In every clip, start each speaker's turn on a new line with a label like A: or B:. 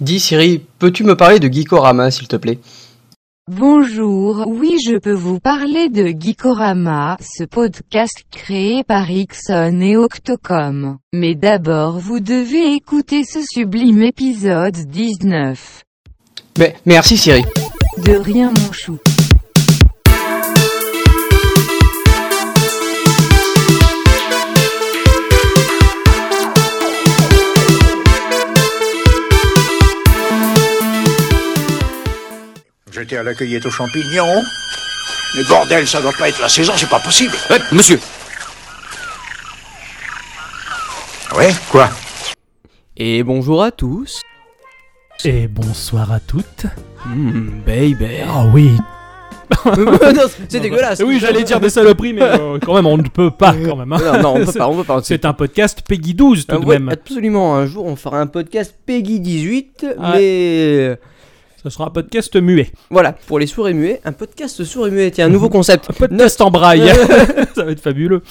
A: Dis Siri, peux-tu me parler de Geekorama s'il te plaît
B: Bonjour, oui je peux vous parler de Geekorama, ce podcast créé par Ixon et Octocom. Mais d'abord vous devez écouter ce sublime épisode 19.
A: Mais merci Siri.
B: De rien mon chou.
C: J'étais à la cueillette aux champignons. Mais bordel, ça doit pas être la saison, c'est pas possible.
D: Eh, monsieur
C: Ouais, quoi
D: Et bonjour à tous
E: Et bonsoir à toutes.
D: Hmm, Baby
E: Ah oui.
D: Non, C'est dégueulasse
E: Eh Oui, j'allais dire des saloperies, mais euh, quand même, on ne peut pas, quand même. hein.
D: Non, non, on peut pas, on peut pas.
E: C'est un podcast Peggy 12, tout
D: Ah
E: de
D: ouais,
E: même.
D: Absolument, un jour on fera un podcast Peggy 18,
E: Ah.
D: mais euh,
E: Ce sera un podcast muet.
D: voilà, pour les sourds et muets, un podcast sourd et muet, tiens, un nouveau concept.
E: Un podcast en braille. Ça va être fabuleux.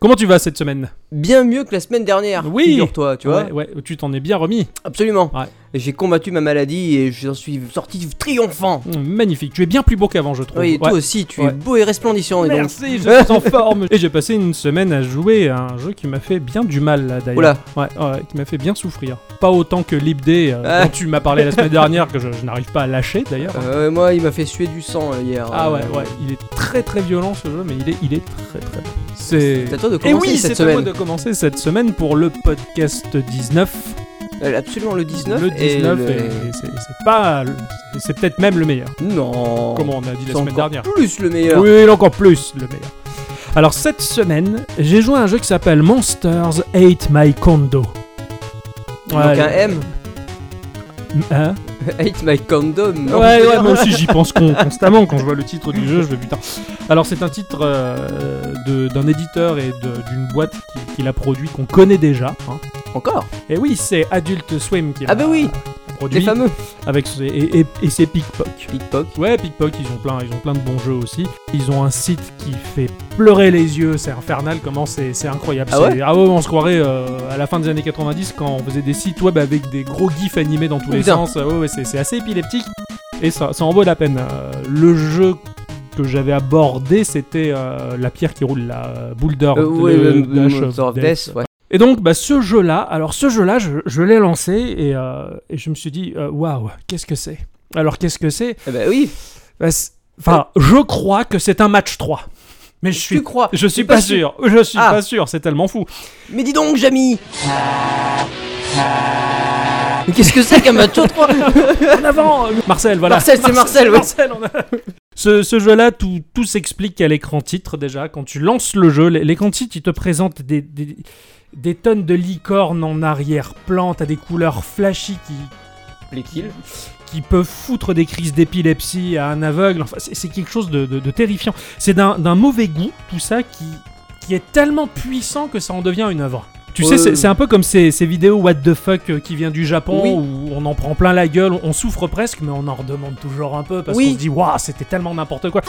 E: Comment tu vas cette semaine
D: Bien mieux que la semaine dernière,
E: Oui.
D: toi tu vois.
E: ouais, ouais, tu t'en es bien remis.
D: Absolument.
E: Ouais.
D: J'ai combattu ma maladie et j'en suis sorti triomphant.
E: Hum, Magnifique. Tu es bien plus beau qu'avant, je trouve.
D: Oui,
E: Ouais.
D: toi aussi, tu es
E: Ouais.
D: beau et resplendissant. dis donc.
E: Merci, je suis en forme. Et j'ai passé une semaine à jouer à un jeu qui m'a fait bien du mal, là, d'ailleurs. Ouais, ouais, qui m'a fait bien souffrir. Pas autant que Lib Day, euh,
D: Ah.
E: dont tu m'as parlé la semaine dernière, que je, je n'arrive pas à lâcher, d'ailleurs.
D: Euh, moi, il m'a fait suer du sang euh, hier.
E: Ah ouais,
D: Euh,
E: ouais, il est très très violent ce jeu, mais il est, il est très très bon. C'est.
D: C'est à toi de
E: Et
D: commencer
E: oui,
D: cette
E: c'est à moi
D: semaine.
E: de commencer cette semaine pour le podcast 19.
D: Euh, Absolument le 19.
E: le
D: et
E: 19,
D: le-
E: et, et c'est c'est pas. le- C'est peut-être même le meilleur.
D: Non.
E: Comment on a dit la
D: C'est
E: semaine
D: encore
E: dernière.
D: Plus le meilleur.
E: Oui, il est encore plus le meilleur. Alors cette semaine, j'ai joué à un jeu qui s'appelle Monsters Hate My Condo.
D: Donc un M.
E: Hein
D: Hate my condom. non,
E: ouais,
D: je veux
E: ouais,
D: dire.
E: moi aussi j'y pense con- constamment quand je vois le titre du jeu, je me dis, putain. Alors c'est un titre euh, de- d'un éditeur et de- d'une boîte qui, qui l'a produit, qu'on connaît déjà. hein.
D: Encore.
E: Et oui, c'est Adult Swim qui l'a
D: Ah bah oui,
E: produit.
D: les fameux.
E: avec ses- et, et, et ses pickpocks.
D: Pickpock.
E: Ouais, Pickpock, ils ont plein, ils ont plein de bons jeux aussi. Ils ont un site qui fait pleurer les yeux, c'est infernal, comment c'est, c'est incroyable.
D: Ah
E: C'est-
D: ouais
E: on se croirait euh, à la fin des années 90 quand on faisait des sites web avec des gros gifs animés dans tous les
D: Oh, Putain.
E: sens. Ah Ouais, ouais, c'est, c'est assez épileptique et ça, ça en vaut la peine. Euh, le jeu que j'avais abordé, c'était euh, la pierre qui roule, la euh, Boulder.
D: Euh, ouais,
E: le
D: le
E: Dash of
D: Monster of
E: Death.
D: Death, ouais.
E: Et donc, bah, ce jeu-là, alors ce jeu-là, je, je l'ai lancé et, euh, et je me suis dit, euh, waouh, qu'est-ce que c'est Alors, qu'est-ce que c'est
D: Eh bah oui,
E: Bah, c'est- Enfin, je crois que c'est un match 3. Mais je
D: tu
E: suis,
D: crois.
E: je suis
D: T'es
E: pas sûr. Je suis
D: Ah.
E: pas sûr, c'est tellement fou.
D: Mais dis donc, Jamy. Mais qu'est-ce que c'est qu'un match 3
E: En avant euh, Marcel, voilà.
D: Marcel, c'est Marcel, oui.
E: on a- Ce, ce jeu-là, tout, tout s'explique à l'écran titre déjà. Quand tu lances le jeu, l'é- l'écran titre, il te présente des, des, des tonnes de licornes en arrière-plan. T'as des couleurs flashy qui,
D: Les kills.
E: qui peuvent foutre des crises d'épilepsie à un aveugle. Enfin, c'est c'est quelque chose de, de- de terrifiant. C'est d'un d'un mauvais goût, tout ça, qui, qui est tellement puissant que ça en devient une œuvre. Tu
D: Ouais.
E: sais, c'est- c'est un peu comme ces, ces vidéos What the fuck euh, qui vient du Japon
D: Euh. Oui.
E: où on en prend plein la gueule, on souffre presque, mais on en redemande toujours un peu parce
D: Oui.
E: qu'on se dit waouh, c'était tellement n'importe quoi.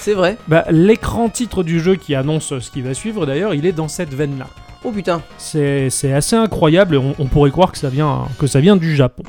D: C'est vrai.
E: Bah, L'écran titre du jeu qui annonce ce qui va suivre, d'ailleurs, il est dans cette veine-là.
D: Oh putain.
E: C'est c'est assez incroyable. et On, on pourrait croire que ça vient, que ça vient du Japon.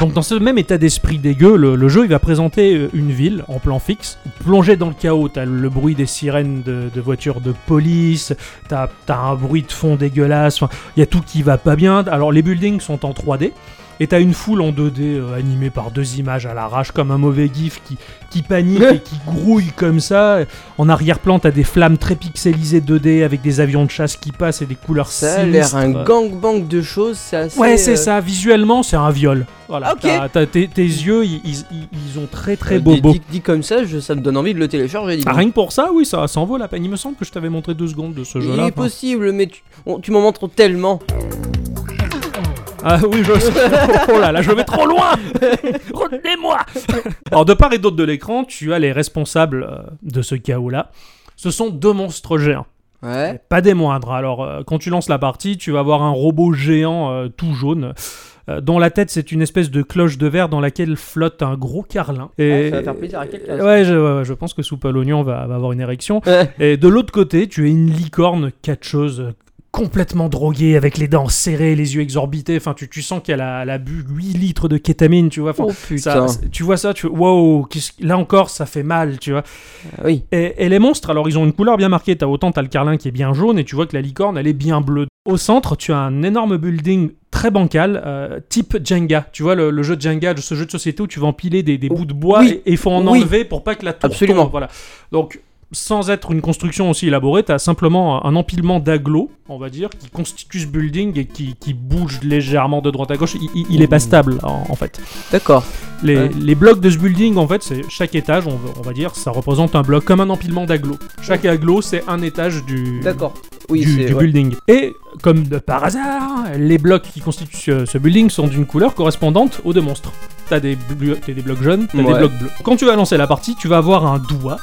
E: Donc dans ce même état d'esprit dégueu, le, le jeu il va présenter euh, une ville en plan fixe. Plongée dans le chaos, t'as le bruit des sirènes de, de voitures de police, t'as t'as un bruit de fond dégueulasse, il y a tout qui va pas bien. Alors les buildings sont en 3D. Et t'as une foule en 2D euh, animée par deux images à l'arrache comme un mauvais gif qui, qui panique et qui grouille comme ça. En arrière-plan, t'as des flammes très pixelisées 2D avec des avions de chasse qui passent et des couleurs
D: Ça a l'air
E: sinistres.
D: un gangbang de choses, c'est assez,
E: Ouais, c'est
D: euh,
E: ça. Visuellement, c'est un viol. Voilà.
D: Ok.
E: T'as- t'as- tes, tes yeux, ils, ils- ils- ils ont très très
D: euh,
E: beau Ah,
D: dit- Dit, dit comme ça, je- ça me donne envie de le télécharger. dis donc.
E: rien que pour ça, oui, ça, ça en vaut la peine. Il me semble que je t'avais montré deux secondes de ce
D: Il
E: jeu-là.
D: est
E: Enfin,
D: possible, mais tu, on- tu m'en montres tellement.
E: Ah oui, je Oh là là, je vais trop loin Retenez-moi Alors, de part et d'autre de l'écran, tu as les responsables euh, de ce chaos-là. Ce sont deux monstres géants.
D: Ouais.
E: Pas des moindres. Alors, euh, quand tu lances la partie, tu vas avoir un robot géant euh, tout jaune euh, dont la tête c'est une espèce de cloche de verre dans laquelle flotte un gros carlin. Et...
D: Ah, ça va faire plaisir à quelqu'un. ça.
E: Ouais, je, ouais, je pense que Soupe à l'oignon va, va avoir une érection.
D: Ouais.
E: Et de l'autre côté, tu es une licorne catcheuse euh, complètement droguée, avec les dents serrées, les yeux exorbités. Enfin, tu, tu sens qu'elle a, elle a bu 8 litres de kétamine, tu vois. Enfin,
D: Oh
E: ça-
D: putain.
E: c'est- tu vois ça, tu fais, wow, qu'est-ce que- là encore, ça fait mal, tu vois.
D: Ah oui.
E: Et, et les monstres, alors ils ont une couleur bien marquée. T'as autant t'as le carlin qui est bien jaune et tu vois que la licorne elle est bien bleue. Au centre, tu as un énorme building très bancal, euh, type Jenga. Tu vois le, le jeu de Jenga, ce jeu de société où tu vas empiler des, des bouts de bois
D: Oh, Oui.
E: et il faut en
D: Oui.
E: enlever pour pas que la tour
D: Absolument.
E: tombe, Voilà. Donc sans être une construction aussi élaborée, t'as simplement un un empilement d'agglos, on va dire, qui constitue ce building et qui, qui bouge légèrement de droite à gauche. Il, il- il est pas stable en- en fait.
D: D'accord.
E: Les,
D: Ouais.
E: les blocs de ce building, en fait, c'est chaque étage, on, va- on va dire, ça représente un bloc comme un empilement d'agglos. Chaque aglo, c'est un étage du,
D: D'accord. Oui,
E: du,
D: c'est.
E: du
D: ouais.
E: building. Et comme de par hasard, les blocs qui constituent ce, ce building sont d'une couleur correspondante aux deux monstres. T'as des, blu- t'as des blocs jaunes, t'as des
D: Ouais.
E: blocs bleus. Quand tu vas lancer la partie, tu vas avoir un doigt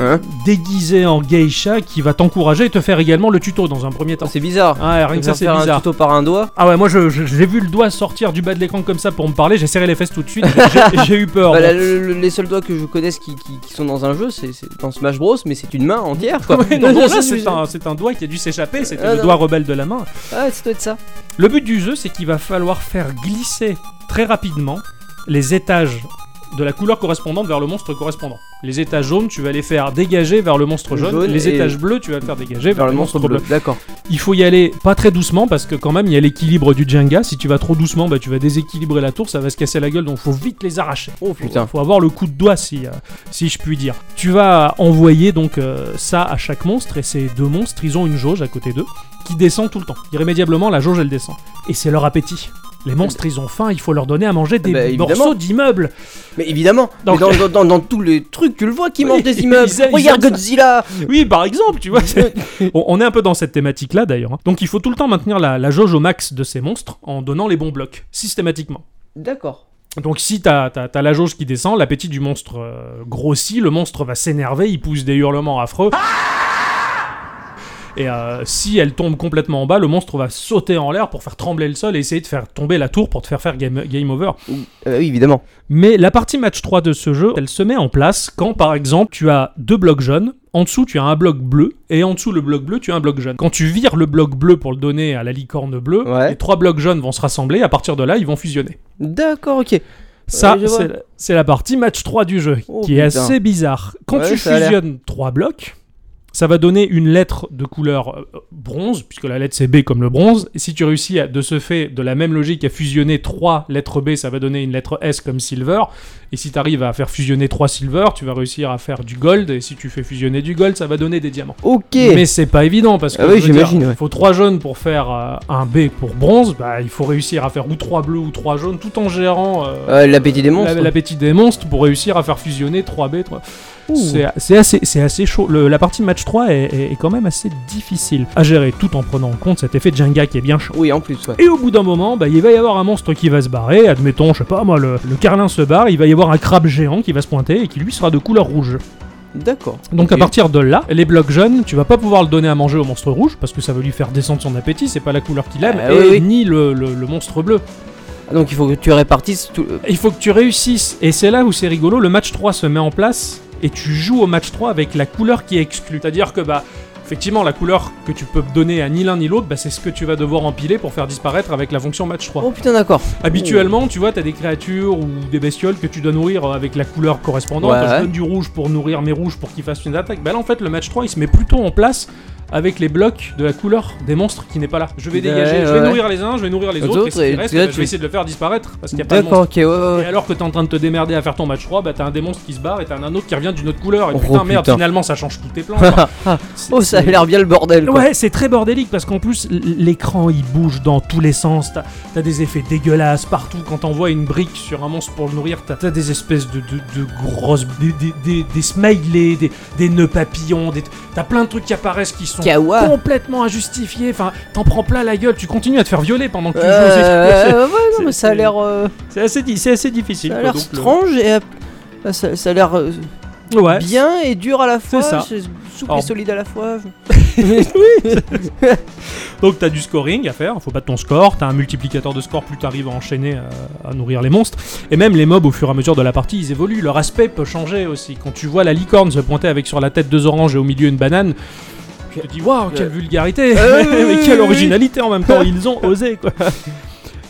A: Hein
E: déguisé en geisha qui va t'encourager et te faire également le tuto dans un premier
D: Oh,
E: temps.
D: C'est bizarre.
E: Ah, rien
D: Il
E: que ça,
D: va
E: c'est
D: faire un
E: bizarre.
D: tuto par un doigt.
E: Ah ouais, moi je- je- j'ai vu le doigt sortir du bas de l'écran comme ça pour me parler, j'ai serré les fesses tout de suite, j'ai- j'ai eu peur.
D: Bah, la- le- le- les seuls doigts que je connaisse qui, qui- qui sont dans un jeu, c'est c'est dans Smash Bros, mais c'est une main entière quoi.
E: Ouais, non, non, là,
D: c'est
E: c'est un, c'est un doigt qui a dû s'échapper, c'était
D: Ah,
E: le
D: non.
E: doigt rebelle de la main.
D: Ah, ça doit être ça.
E: Le but du jeu, c'est qu'il va falloir faire glisser très rapidement les étages de la couleur correspondante vers le monstre correspondant. Les étages jaunes, tu vas les faire dégager vers le monstre
D: Le
E: jaune.
D: jaune
E: les
D: et-
E: étages bleus, tu vas les faire dégager vers le monstre bleu.
D: D'accord.
E: Il faut y aller pas très doucement parce que quand même, il y a l'équilibre du Jenga. Si tu vas trop doucement, bah, tu vas déséquilibrer la tour, ça va se casser la gueule, donc faut vite les arracher.
D: Oh putain.
E: Faut avoir le coup de doigt si, euh, si je puis dire. Tu vas envoyer donc euh, ça à chaque monstre et ces deux monstres, ils ont une jauge à côté d'eux qui descend tout le temps. Irrémédiablement, la jauge elle descend. Et c'est leur appétit. Les monstres, ils ont faim, il faut leur donner à manger des
D: Bah, évidemment.
E: morceaux d'immeubles.
D: Mais évidemment,
E: Donc-
D: mais dans, dans- dans- dans tous les trucs, tu le vois qui
E: Oui,
D: mange des immeubles.
E: ils aiment- ils
D: Regarde
E: aiment ça.
D: Godzilla.
E: Oui, par exemple, tu vois. c'est- On, on est un peu dans cette thématique-là d'ailleurs. hein. Donc il faut tout le temps maintenir la, la jauge au max de ces monstres en donnant les bons blocs, systématiquement.
D: D'accord.
E: Donc si t'as t'as- t'as la jauge qui descend, l'appétit du monstre euh, grossit, le monstre va s'énerver, il pousse des hurlements affreux. Et euh, si elle tombe complètement en bas, le monstre va sauter en l'air pour faire trembler le sol et essayer de faire tomber la tour pour te faire faire game, game over.
D: Euh, oui, évidemment.
E: Mais la partie match 3 de ce jeu, elle se met en place quand par exemple tu as deux blocs jaunes, en dessous tu as un bloc bleu, et en dessous le bloc bleu tu as un bloc jaune. Quand tu vires le bloc bleu pour le donner à la licorne bleue,
D: Ouais.
E: les trois blocs jaunes vont se rassembler, à partir de là ils vont fusionner.
D: D'accord, ok.
E: Euh, Ça,
D: Ouais, je vois.
E: c'est la- c'est la partie match 3 du jeu,
D: Oh,
E: qui est
D: putain.
E: assez bizarre. Quand
D: Ouais,
E: tu
D: ça a l'air.
E: fusionnes trois blocs, ça va donner une lettre de couleur euh, bronze, puisque la lettre c'est B comme le bronze. Et si tu réussis à- de ce fait, de la même logique, à fusionner trois lettres B, ça va donner une lettre S comme silver. Et si tu arrives à faire fusionner trois silver, tu vas réussir à faire du gold. Et si tu fais fusionner du gold, ça va donner des diamants.
D: Ok.
E: Mais c'est pas évident parce que
D: Ah oui,
E: je veux dire,
D: j'imagine, ouais.
E: faut trois jaunes pour faire euh, un B pour bronze. Bah, il faut réussir à faire ou trois bleus ou trois jaunes tout en gérant euh,
D: Euh, l'appétit des monstres.
E: la- l'appétit des monstres pour réussir à faire fusionner 3B. 3...
D: Ouh.
E: C'est c'est assez, c'est assez chaud. Le- la partie match 3 est, est- est quand même assez difficile à gérer tout en prenant en compte cet effet de Jenga qui est bien chaud.
D: Oui, en plus, ouais.
E: Et au bout d'un moment, bah, il va y avoir un monstre qui va se barrer. Admettons, je sais pas moi, le, le carlin se barre. Il va y avoir un crabe géant qui va se pointer et qui lui sera de couleur rouge.
D: D'accord.
E: Donc à
D: Ok.
E: partir de là, les blocs jaunes, tu vas pas pouvoir le donner à manger au monstre rouge parce que ça va lui faire descendre son appétit. C'est pas la couleur qu'il aime
D: Ah,
E: et
D: oui, oui.
E: ni le- le- le monstre bleu.
D: Ah, Donc il faut que tu répartisses tout. euh,
E: Il faut que tu réussisses. Et c'est là où c'est rigolo, le match 3 se met en place et tu joues au match 3 avec la couleur qui est exclue. C'est-à-dire que bah effectivement la couleur que tu peux donner à ni l'un ni l'autre, bah, c'est ce que tu vas devoir empiler pour faire disparaître avec la fonction match 3.
D: Oh putain, d'accord.
E: Habituellement, tu vois, t'as des créatures ou des bestioles que tu dois nourrir euh, avec la couleur correspondante.
D: Ouais,
E: Je
D: ouais.
E: donne du rouge pour nourrir mes rouges pour qu'ils fassent une attaque. Bah là en fait le match 3 il se met plutôt en place avec les blocs de la couleur des monstres qui n'est pas là. Je vais
D: Ouais,
E: dégager, je vais
D: ouais.
E: nourrir les uns, je vais nourrir les
D: Les
E: autres, et
D: autres,
E: ce qui
D: et
E: reste,
D: tu vois,
E: bah, je
D: tu-
E: vais essayer de le faire disparaître parce qu'il n'y a pas de monstre.
D: D'accord, ok, ouais, ouais,
E: Et
D: ouais.
E: alors que t'es en train de te démerder à faire ton match 3, bah t'as un des monstres qui se barre et t'as un autre qui revient d'une autre couleur. Et
D: Oh,
E: putain, merde,
D: putain.
E: finalement ça change tous tes plans. quoi. C'est-
D: oh, ça a
E: c'est-
D: l'air bien le bordel. Quoi.
E: Ouais, c'est très bordélique parce qu'en plus l- l'écran il bouge dans tous les sens. T'as t'as des effets dégueulasses partout. Quand t'envoies une brique sur un monstre pour le nourrir, t'as t'as des espèces de, de- de grosses. des, des, des- des smileys, des, des nœuds papillons. des- T'as plein de trucs qui apparaissent qui sont
D: Kawa.
E: complètement injustifiés. Enfin, t'en prends plein la gueule. Tu continues à te faire violer pendant que tu
D: Euh,
E: joues. C'est-
D: ouais, ouais,
E: c'est-
D: non, mais ça a
E: c'est-
D: l'air, euh,
E: C'est assez, di- c'est assez difficile.
D: ça a
E: quoi.
D: l'air
E: Donc, le-
D: strange et euh, ah, ça, ça a l'air euh,
E: Ouais.
D: bien et dur à la fois.
E: ça.
D: Souple
E: Alors-
D: et solide à la fois. oui
E: Donc t'as du scoring à faire, faut battre ton score, t'as un multiplicateur de score plus t'arrives à enchaîner, euh, à nourrir les monstres. Et même les mobs au fur et à mesure de la partie, ils évoluent, leur aspect peut changer aussi. Quand tu vois la licorne se pointer avec sur la tête deux oranges et au milieu une banane, tu te dis waouh, quelle
D: Euh,
E: vulgarité
D: euh, oui, oui,
E: Mais
D: oui,
E: quelle
D: oui.
E: originalité en même temps, ils ont osé quoi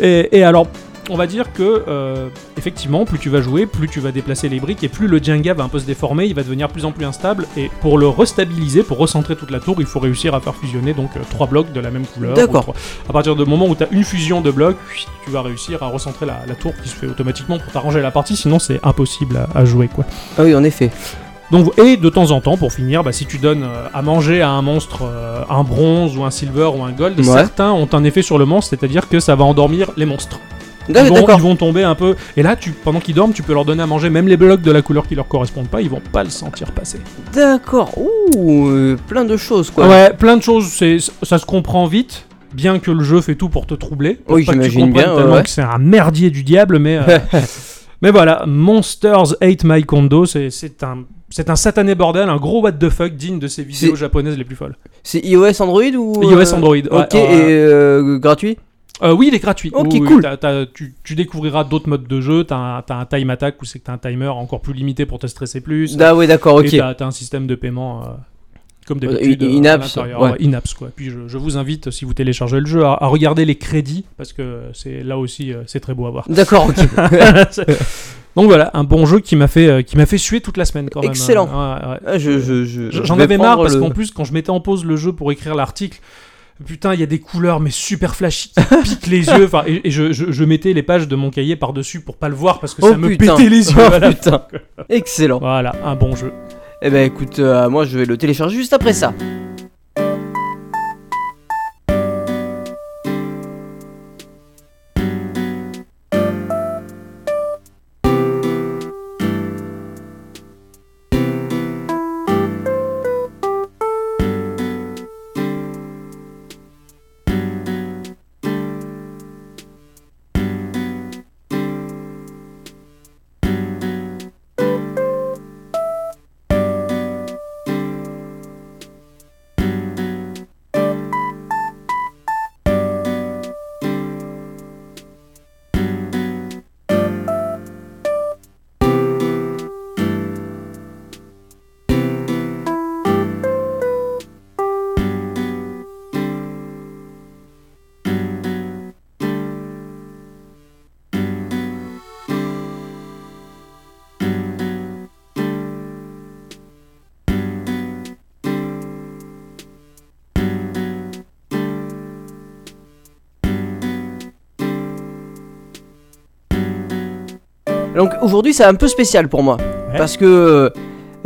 E: Et, et alors, on va dire que euh, effectivement, plus tu vas jouer, plus tu vas déplacer les briques et plus le Jenga va un peu se déformer, il va devenir de plus en plus instable. Et pour le restabiliser, pour recentrer toute la tour, il faut réussir à faire fusionner donc euh, trois blocs de la même couleur.
D: D'accord.
E: ou trois- À partir du moment où tu as une fusion de blocs, tu vas réussir à recentrer la, la tour qui se fait automatiquement pour t'arranger la partie. Sinon, c'est impossible à- à jouer quoi.
D: Ah oui, en effet.
E: Donc, et de temps en temps, pour finir, bah, si tu donnes euh, à manger à un monstre euh, un bronze ou un silver ou un gold,
D: Ouais.
E: certains ont un effet sur le monstre, c'est-à-dire que ça va endormir les monstres.
D: Ah,
E: ils, vont,
D: D'accord.
E: ils vont tomber un peu. Et là, tu, pendant qu'ils dorment, tu peux leur donner à manger même les blocs de la couleur qui leur correspondent pas, ils vont pas le sentir passer.
D: D'accord. Ouh, euh, plein de choses quoi.
E: Ouais, plein de choses, c'est, ça se comprend vite. Bien que le jeu fait tout pour te troubler. Pour
D: Oui,
E: pas que tu
D: j'imagine
E: comprennes
D: bien,
E: tellement
D: ouais.
E: que c'est un merdier du diable, mais. euh, mais voilà, Monsters Hate My Condo, c'est, c'est un. C'est un satané bordel, un gros what the fuck digne de ces vidéos japonaises les plus folles.
D: C'est iOS Android ou euh,
E: iOS Android. ouais,
D: Ok,
E: ouais, ouais.
D: et euh, gratuit
E: Euh, oui, il est gratuit.
D: Ok,
E: Oui, oui,
D: cool.
E: t'as- t'as- tu, tu découvriras d'autres modes de jeu. T'as un, t'as un time attack où c'est que t'as un timer encore plus limité pour te stresser plus.
D: Ah ouais, d'accord, ok.
E: Et bah. t'as, t'as un système de paiement. euh, Comme d'habitude,
D: Euh, in-
E: euh, à
D: in-apps,
E: l'intérieur.
D: ouais.
E: Ouais, in-apps, quoi. Puis je, je vous invite, si vous téléchargez le jeu, à, à regarder les crédits parce que c'est là aussi, euh, c'est très beau à voir.
D: D'accord, ok.
E: Donc voilà, un bon jeu qui m'a fait, euh, qui m'a fait suer toute la semaine quand même.
D: Excellent.
E: Ouais, ouais.
D: Ah, je- je- je-
E: J'en
D: je vais
E: avais marre
D: prendre
E: parce
D: le-
E: qu'en plus, quand je mettais en pause le jeu pour écrire l'article, putain, il y a des couleurs mais super flashy qui piquent les yeux. Enfin, et, et je, je- je mettais les pages de mon cahier par-dessus pour pas le voir parce que
D: Oh,
E: ça me
D: putain.
E: pétait les yeux.
D: Oh,
E: voilà.
D: putain. Excellent.
E: Voilà, un bon jeu.
D: Eh ben écoute, euh, moi je vais le télécharger juste après ça. Donc aujourd'hui c'est un peu spécial pour moi. Parce que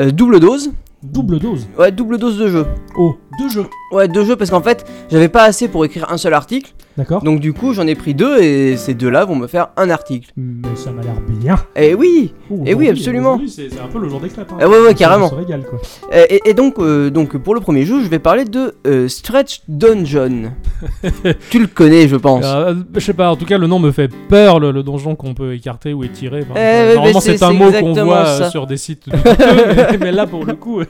D: euh, double dose.
E: Double dose.
D: Ouais, double dose de jeu.
E: Oh, deux jeux.
D: Ouais, deux jeux parce qu'en fait j'avais pas assez pour écrire un seul article.
E: D'accord.
D: Donc du coup j'en ai pris deux et ces deux-là vont me faire un article.
E: Mais ça m'a l'air bien.
D: Et oui
E: Oh,
D: Eh oui,
E: aujourd'hui,
D: absolument.
E: aujourd'hui, C'est c'est un peu le jour des claps. hein.
D: Ah ouais, ouais,
E: On se-
D: carrément.
E: on se régale, quoi.
D: Et, et- et donc, euh, donc pour le premier jeu, je vais parler de euh, Stretch Dungeon. tu le connais, je pense.
E: Euh, je sais pas, en tout cas, le nom me fait peur, le, le donjon qu'on peut écarter ou étirer. Enfin,
D: Eh
E: euh,
D: oui, mais
E: normalement,
D: c'est-
E: c'est un
D: c'est
E: mot qu'on
D: exactement
E: voit euh,
D: ça.
E: sur des sites. douteux, mais, mais là, pour le coup. euh,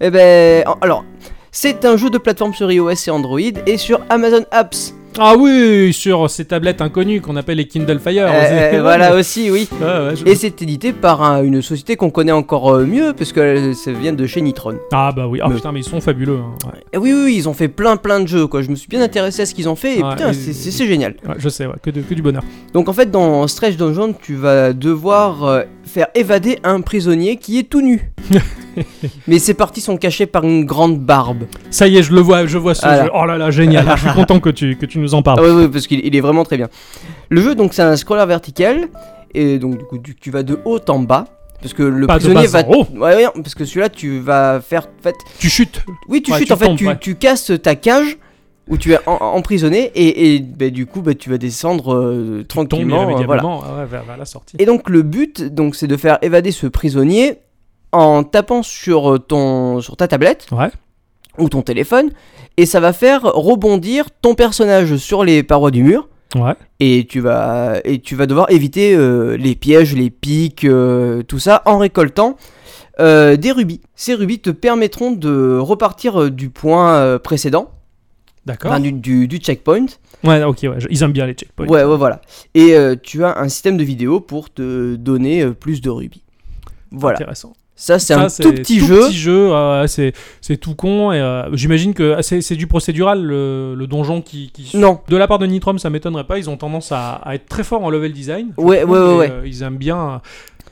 D: Eh ben, en- alors, c'est un jeu de plateforme sur iOS et Android et sur Amazon Apps.
E: Ah oui, sur ces tablettes inconnues qu'on appelle les Kindle Fire.
D: Euh,
E: C'est-
D: euh, voilà aussi, oui.
E: Ouais, ouais, je-
D: Et c'est édité par un- une société qu'on connaît encore euh, mieux parce que euh, ça vient de chez Nitron.
E: Ah bah oui, ah
D: Mais-
E: putain, mais ils sont fabuleux. hein. Ouais.
D: Et oui, oui, oui, ils ont fait plein, plein de jeux. Quoi. Je me suis bien intéressé à ce qu'ils ont fait et
E: Ouais,
D: putain,
E: et-
D: c'est- c'est c'est génial.
E: Ouais, je sais, ouais, que, de- que du bonheur.
D: Donc en fait, dans Stretch Dungeon, tu vas devoir euh, faire évader un prisonnier qui est tout nu. Mais ses parties sont cachées par une grande barbe.
E: Ça y est, je le vois, je vois ce
D: Voilà.
E: jeu. Oh là là, génial. Ah, je suis content que tu, que tu nous en
D: Ah
E: parles.
D: ouais, ouais, parce qu'il il est vraiment très bien. Le jeu, donc, c'est un scroller vertical. Et donc, du coup, tu, tu vas de haut en bas. Parce que le
E: Pas de
D: prisonnier
E: bas
D: va.
E: en haut.
D: Ouais, ouais, non, parce que celui-là, tu vas faire. en fait,
E: Tu chutes.
D: oui, tu
E: Ouais,
D: chutes,
E: tu
D: en fait,
E: tombes,
D: tu,
E: ouais.
D: tu casses ta cage où tu es en- emprisonné. Et, et, ben, du coup, ben, tu vas descendre euh,
E: Tu tombes
D: tranquillement. euh, voilà.
E: irrémédiablement ah ouais, vers, vers la sortie.
D: Et donc le but, donc, c'est de faire évader ce prisonnier en tapant sur euh, ton, sur ta tablette
E: Ouais.
D: ou ton téléphone, et ça va faire rebondir ton personnage sur les parois du mur.
E: Ouais.
D: Et tu vas, et tu vas devoir éviter euh, les pièges, les pics, euh, tout ça, en récoltant euh, des rubis. Ces rubis te permettront de repartir euh, du point euh, précédent,
E: D'accord.
D: enfin, du, du- du checkpoint.
E: Ouais, ok, ouais, je- ils aiment bien les checkpoints.
D: Ouais, ouais, voilà. Et euh, tu as un système de vidéo pour te donner euh, plus de rubis. Voilà.
E: Intéressant.
D: Ça, c'est
E: Ça,
D: un tout petit
E: tout
D: jeu.
E: petit jeu, euh, c'est c'est tout con. et, euh, J'imagine que ah, c'est c'est du procédural, le, le donjon qui, qui-
D: Non.
E: De la part de Nitrom, ça m'étonnerait pas. Ils ont tendance à, à être très forts en level design.
D: Ouais, ouais,
E: Et,
D: ouais, ouais.
E: euh, ils aiment bien.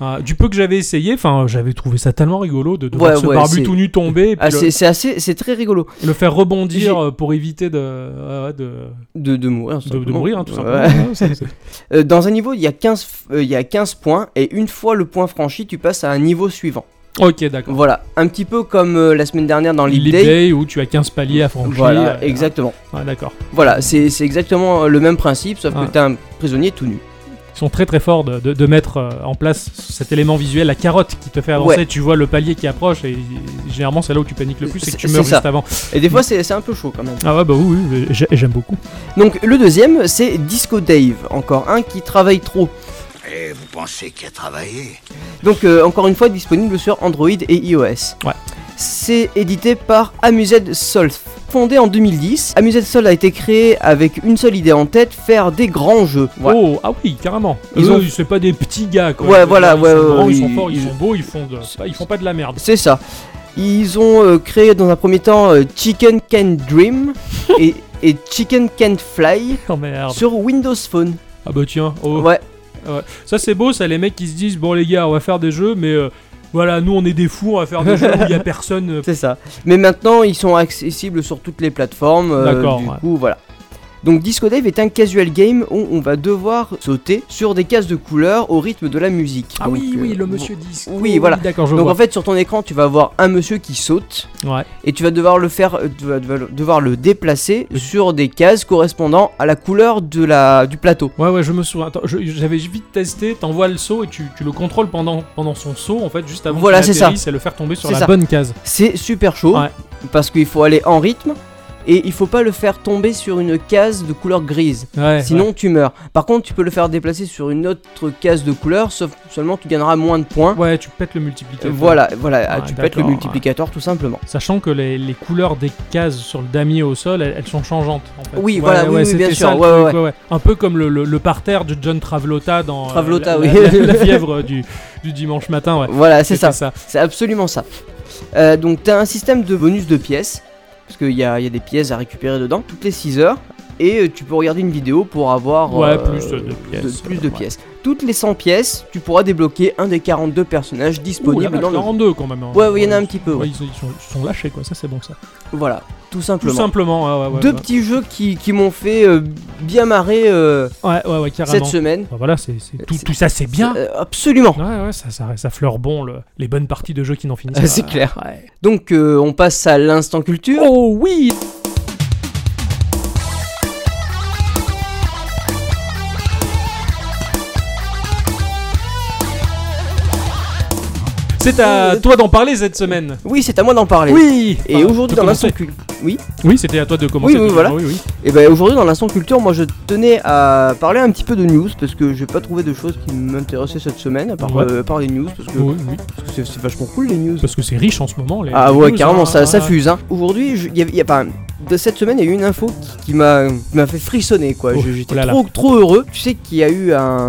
E: euh, du peu que j'avais essayé, enfin, j'avais trouvé ça tellement rigolo de, de voir
D: Ouais,
E: ce
D: ouais,
E: barbu
D: c'est-
E: tout nu tomber et puis
D: Ah,
E: le-
D: c'est c'est assez, c'est très rigolo
E: le faire rebondir
D: J'ai-
E: euh, pour éviter de, euh, de,
D: de, de mourir.
E: de, de
D: simplement.
E: mourir, hein, tout
D: Ouais.
E: simplement. Ouais, c'est- c'est-
D: Euh, dans un niveau, il y, a 15, f- euh, il y a 15 points, et une fois le point franchi, tu passes à un niveau suivant.
E: Ok, d'accord.
D: Voilà, un petit peu comme euh, la semaine dernière dans Leap
E: Leap
D: Day.
E: Day où tu as 15 paliers à franchir.
D: Voilà,
E: euh,
D: exactement.
E: ouais, d'accord.
D: Voilà, c'est c'est exactement euh, le même principe, sauf
E: Ouais.
D: que t'as un prisonnier tout nu.
E: Ils sont très très forts de, de- de mettre euh, en place cet élément visuel, la carotte qui te fait avancer.
D: Ouais.
E: Tu vois le palier qui approche et et généralement c'est là où tu paniques le plus, c'est que tu
D: C'est-
E: meurs
D: c'est ça.
E: juste avant.
D: Et des fois, c'est c'est un peu chaud quand même.
E: Ah ouais, bah oui, oui, j'ai- j'aime beaucoup.
D: Donc, le deuxième, c'est Disco Dave, encore un qui travaille trop.
C: Et Eh, vous pensez qu'il a travaillé
D: Donc, euh, encore une fois, disponible sur Android et iOS.
E: Ouais.
D: C'est édité par Amused Solf. Fondé en 2010, Amused Solf a été créé avec une seule idée en tête faire des grands jeux. Voilà.
E: Oh, ah oui, carrément.
D: Ils
E: Ils
D: ont-
E: ont... c'est pas des petits gars quoi.
D: Ouais,
E: Ils-
D: voilà,
E: ils
D: ouais,
E: sont
D: ouais,
E: grands,
D: ouais,
E: ils sont
D: ils-
E: forts, ils,
D: ils-
E: sont beaux, ils font, de... pas- ils font pas de la merde.
D: C'est ça. Ils ont euh, créé dans un premier temps euh, Chicken Can Dream et, et Chicken Can Fly
E: Oh merde.
D: sur Windows Phone.
E: Ah bah tiens, oh.
D: Ouais,
E: Ça c'est beau, ça les mecs qui se disent bon les gars on va faire des jeux mais euh, voilà nous on est des fous on va faire des jeux où il y a personne. euh,
D: c'est ça. Mais maintenant, ils sont accessibles sur toutes les plateformes. euh,
E: D'accord,
D: Du
E: ouais.
D: coup, voilà. Donc Disco Dave est un casual game où on va devoir sauter sur des cases de couleurs au rythme de la musique.
E: Ah
D: Donc,
E: oui
D: euh,
E: oui le monsieur disque.
D: oui, voilà.
E: D'accord je
D: Donc
E: vois.
D: en fait sur ton écran tu vas avoir un monsieur qui saute
E: Ouais.
D: et tu vas devoir le faire, euh, tu vas tu vas le- devoir le déplacer sur des cases correspondant à la couleur de la du plateau.
E: Ouais ouais je me souviens. Attends, je- j'avais vite testé t'envoies le saut et tu, tu le contrôles pendant pendant son saut en fait juste avant.
D: Voilà,
E: qu'il
D: c'est ça.
E: atterrisse et le faire tomber sur
D: C'est
E: la
D: ça.
E: bonne case.
D: C'est super chaud
E: Ouais.
D: parce qu'il faut aller en rythme et il faut pas le faire tomber sur une case de couleur grise.
E: Ouais.
D: Sinon tu meurs. Par contre tu peux le faire déplacer sur une autre case de couleur, sauf seulement tu gagneras moins de points.
E: ouais. Ouais, tu pètes le multiplicateur.
D: Voilà, voilà, Ah,
E: Ouais,
D: tu peux être le
E: d'accord,
D: multiplicateur tout simplement.
E: Sachant que les, les couleurs des cases sur le damier au sol, elles, elles sont changeantes. En fait.
D: Oui, voilà, oui, oui,
E: c'était
D: bien
E: ça
D: sûr,
E: le
D: ouais,
E: truc,
D: ouais,
E: Un peu comme le, le- le parterre de John Travolta dans euh,
D: Travolta,
E: la,
D: oui.
E: la- la- la fièvre euh, du, du dimanche matin. Ouais.
D: Voilà, c'est
E: C'était
D: ça. C'est absolument ça. Euh, donc t'as un système de bonus de pièces, parce qu'il y a, il y a des pièces à récupérer dedans, toutes les 6 heures, et euh, tu peux regarder une vidéo pour avoir
E: Ouais,
D: euh,
E: plus de pièces,
D: plus
E: euh,
D: de
E: ouais.
D: pièces. Toutes les 100 pièces, tu pourras débloquer un des 42 personnages disponibles dans le...
E: en deux quand même. hein.
D: Ouais, oui, il y en a un petit peu.
E: Ouais,
D: ouais.
E: ils, sont- ils sont, ils sont lâchés, quoi. Ça, c'est bon, ça.
D: Voilà, tout
E: Tout
D: simplement.
E: simplement, ouais, ouais, ouais.
D: Deux
E: ouais.
D: petits jeux qui, qui m'ont fait euh, bien marrer euh,
E: Ouais, ouais, ouais,
D: cette
E: carrément.
D: semaine.
E: Enfin, voilà, c'est, c'est- tout,
D: C'est-
E: tout ça, c'est bien.
D: Euh, absolument.
E: Ouais, ouais, ça, ça, ça fleure bon le- les bonnes parties de jeux qui n'en finissent
D: Euh,
E: pas.
D: C'est clair. Donc euh, on passe à l'instant culture.
E: Oh oui C'est à toi d'en parler cette semaine.
D: Euh, Oui, c'est à moi d'en parler.
E: Oui
D: Et
E: Enfin,
D: aujourd'hui
E: de
D: dans l'instant
E: commencer.
D: culture... Oui
E: Oui, c'était à toi de commencer.
D: Oui, oui,
E: tout
D: voilà.
E: simplement, Oui,
D: Et ben aujourd'hui dans l'instant culture, moi je tenais à parler un petit peu de news parce que j'ai pas trouvé de choses qui m'intéressaient cette semaine à part,
E: Ouais.
D: euh, à part les news parce que
E: oui. Oui, oui,
D: parce que c'est c'est vachement cool les news.
E: Parce que c'est riche en ce moment. Les,
D: Ah
E: les
D: ouais,
E: news,
D: carrément
E: hein,
D: ça, ça
E: hein.
D: fuse hein. Aujourd'hui, je- il y a, il y a- enfin, de cette semaine, il y a eu une info qui, qui m'a qui m'a fait frissonner quoi.
E: Oh,
D: Je- J'étais
E: oh là là.
D: trop trop heureux. Tu sais qu'il y a eu un-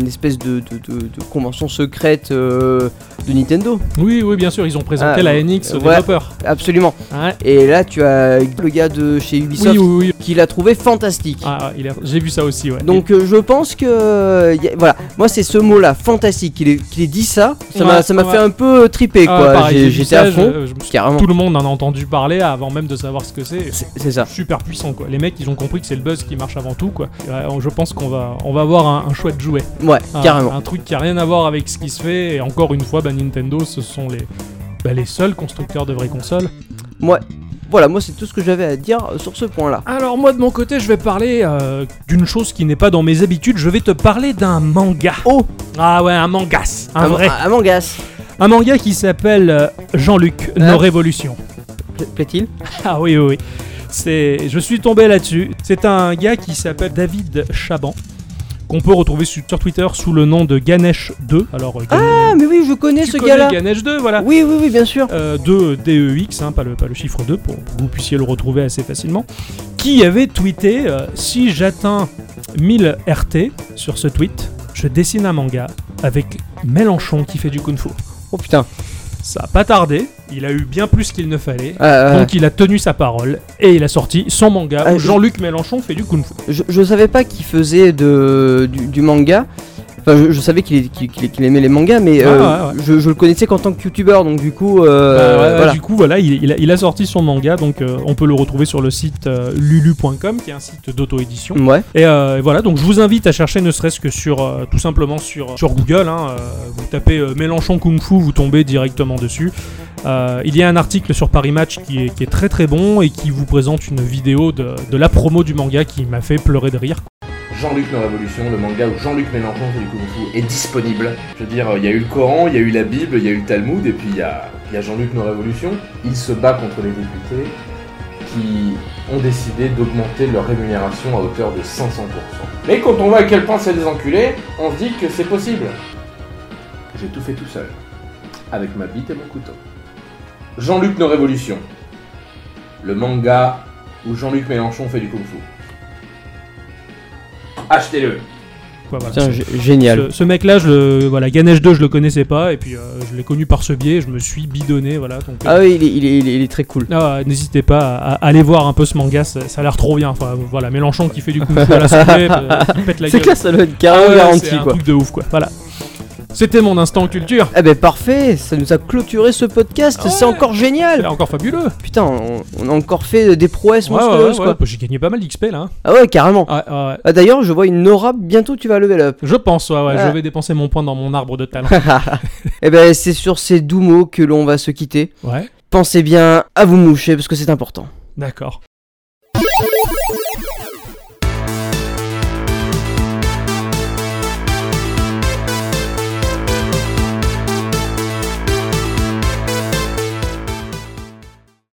D: une espèce de, de- de- de convention secrète euh, de Nintendo.
E: Oui, oui, bien sûr, ils ont présenté
D: Ah,
E: la NX
D: ouais.
E: aux développeurs.
D: Absolument.
E: Ouais.
D: Et là, tu as le gars de chez
E: Oui,
D: Ubisoft
E: oui, oui.
D: qui l'a trouvé fantastique.
E: Ah, il est- j'ai vu ça aussi, ouais.
D: Donc euh, je pense que euh, y a- voilà, moi c'est ce mot-là, fantastique, qu'il ait, qu'il ait dit ça, ça m'a
E: Ouais,
D: ça m'a
E: ouais.
D: fait un peu euh, triper
E: Et-
D: quoi.
E: Ah, pareil,
D: J'ai-
E: j'ai vu
D: J'étais
E: ça,
D: à fond,
E: je- je me suis-
D: carrément.
E: tout le monde en a entendu parler avant même de savoir ce que c'est.
D: C'est c'est ça.
E: super puissant quoi. Les mecs ils ont compris que c'est le buzz qui marche avant tout quoi. Ouais, je pense qu'on va on va avoir un, un choix de jouet.
D: Ouais,
E: Un,
D: carrément.
E: Un truc qui a rien à voir avec ce qui se fait et encore une fois bah, Nintendo ce sont les bah, les seuls constructeurs de vraies consoles.
D: Voilà, moi c'est tout ce que j'avais à dire euh, sur ce point-là.
E: Alors moi de mon côté je vais parler euh, d'une chose qui n'est pas dans mes habitudes. Je vais te parler d'un manga.
D: Oh, Ah.
E: Ah ouais un mangas, un,
D: un,
E: vrai.
D: un- un mangas,
E: Un manga qui s'appelle euh, Jean-Luc
D: Hein
E: Nos Révolutions.
D: pla- plaît-il
E: Ah oui, oui, oui. C'est, je suis tombé là-dessus. C'est un gars qui s'appelle David Chaban, qu'on qu'on peut retrouver su- sur Twitter sous le nom de Ganesh 2. Alors, euh, Ganesh-
D: Ah, mais oui, je connais
E: tu
D: ce
E: connais
D: gars-là.
E: Ganesh 2, voilà.
D: Oui, oui, oui, bien sûr.
E: Euh, 2 DEX, hein, pas, le, pas le chiffre 2, pour que vous puissiez le retrouver assez facilement, qui avait tweeté euh, Si j'atteins 1000 RT sur ce tweet, je dessine un manga avec Mélenchon qui fait du Kung Fu.
A: Oh putain.
E: Ça a pas tardé, il a eu bien plus qu'il ne fallait.
D: Ah, ah,
E: Donc il a tenu sa parole et il a sorti son manga
D: Ah,
E: où
D: je-
E: Jean-Luc Mélenchon fait du kung fu.
D: je, je savais pas qu'il faisait de, du, du manga. Enfin, je, je savais qu'il qu'il- qu'il- qu'il aimait les mangas, mais
E: Ah,
D: euh,
E: ouais,
D: Je, je le connaissais qu'en tant que youtubeur, donc du coup, euh,
E: Bah, ouais, ouais,
D: voilà.
E: Du coup voilà, il, il a, il a sorti son manga, donc euh, on peut le retrouver sur le site euh, lulu.com qui est un site d'auto-édition.
D: Ouais.
E: Et euh, voilà, donc je vous invite à chercher ne serait-ce que sur euh, tout simplement sur, sur Google. hein, euh, vous tapez euh, Mélenchon Kung Fu, vous tombez directement dessus. Euh, il y a un article sur Paris Match qui est, qui est très très bon et qui vous présente une vidéo de, de la promo du manga qui m'a fait pleurer de rire.
F: Jean-Luc la Révolution, le manga où Jean-Luc Mélenchon fait du Kung Fu est disponible. Je veux dire, il y a eu le Coran, il y a eu la Bible, il y a eu le Talmud, et puis il y a, il y a Jean-Luc la Révolution. Il se bat contre les députés qui ont décidé d'augmenter leur rémunération à hauteur de 500%. Mais quand on voit à quel point c'est des enculés, on se dit que c'est possible. J'ai tout fait tout seul, avec ma bite et mon couteau. Jean-Luc la Révolution, le manga où Jean-Luc Mélenchon fait du Kung Fu. Achetez-le
E: Quoi, voilà.
D: Putain,
E: C'est-
D: gé- génial.
E: Ce, ce mec-là, je le, voilà, Ganesh 2, je le connaissais pas, et puis euh, je l'ai connu par ce biais, je me suis bidonné, voilà. Donc, euh,
D: Ah oui, il est, il est- il est- il est très cool.
E: ah, n'hésitez pas à, à aller voir un peu ce manga, ça, ça a l'air trop bien. Enfin, voilà, Mélenchon qui fait du kung fu à l'Assemblée, euh, qui pète la
D: C'est
E: gueule.
D: que là, ça doit être
E: Ah
D: carrément
E: ouais, c'est
D: garanti,
E: un
D: quoi.
E: truc de ouf, quoi. Voilà. C'était mon instant culture.
D: Eh ben parfait, ça nous a clôturé ce podcast,
E: Ah
D: c'est
E: ouais.
D: encore génial.
E: C'est encore fabuleux.
D: Putain, on, on a encore fait des prouesses
E: Ouais, ouais,
D: monstrueuses,
E: ouais,
D: quoi.
E: ouais. J'ai gagné pas mal d'XP là. hein.
D: Ah ouais, carrément.
E: Ouais, ouais, ouais.
D: Ah, D'ailleurs, je vois une Nora, bientôt tu vas level up.
E: Je pense, ouais, ouais,
D: Ouais.
E: je vais dépenser mon point dans mon arbre de talent.
D: Eh ben c'est sur ces doux mots que l'on va se quitter.
E: Ouais,
D: Pensez bien à vous moucher parce que c'est important.
E: d'accord.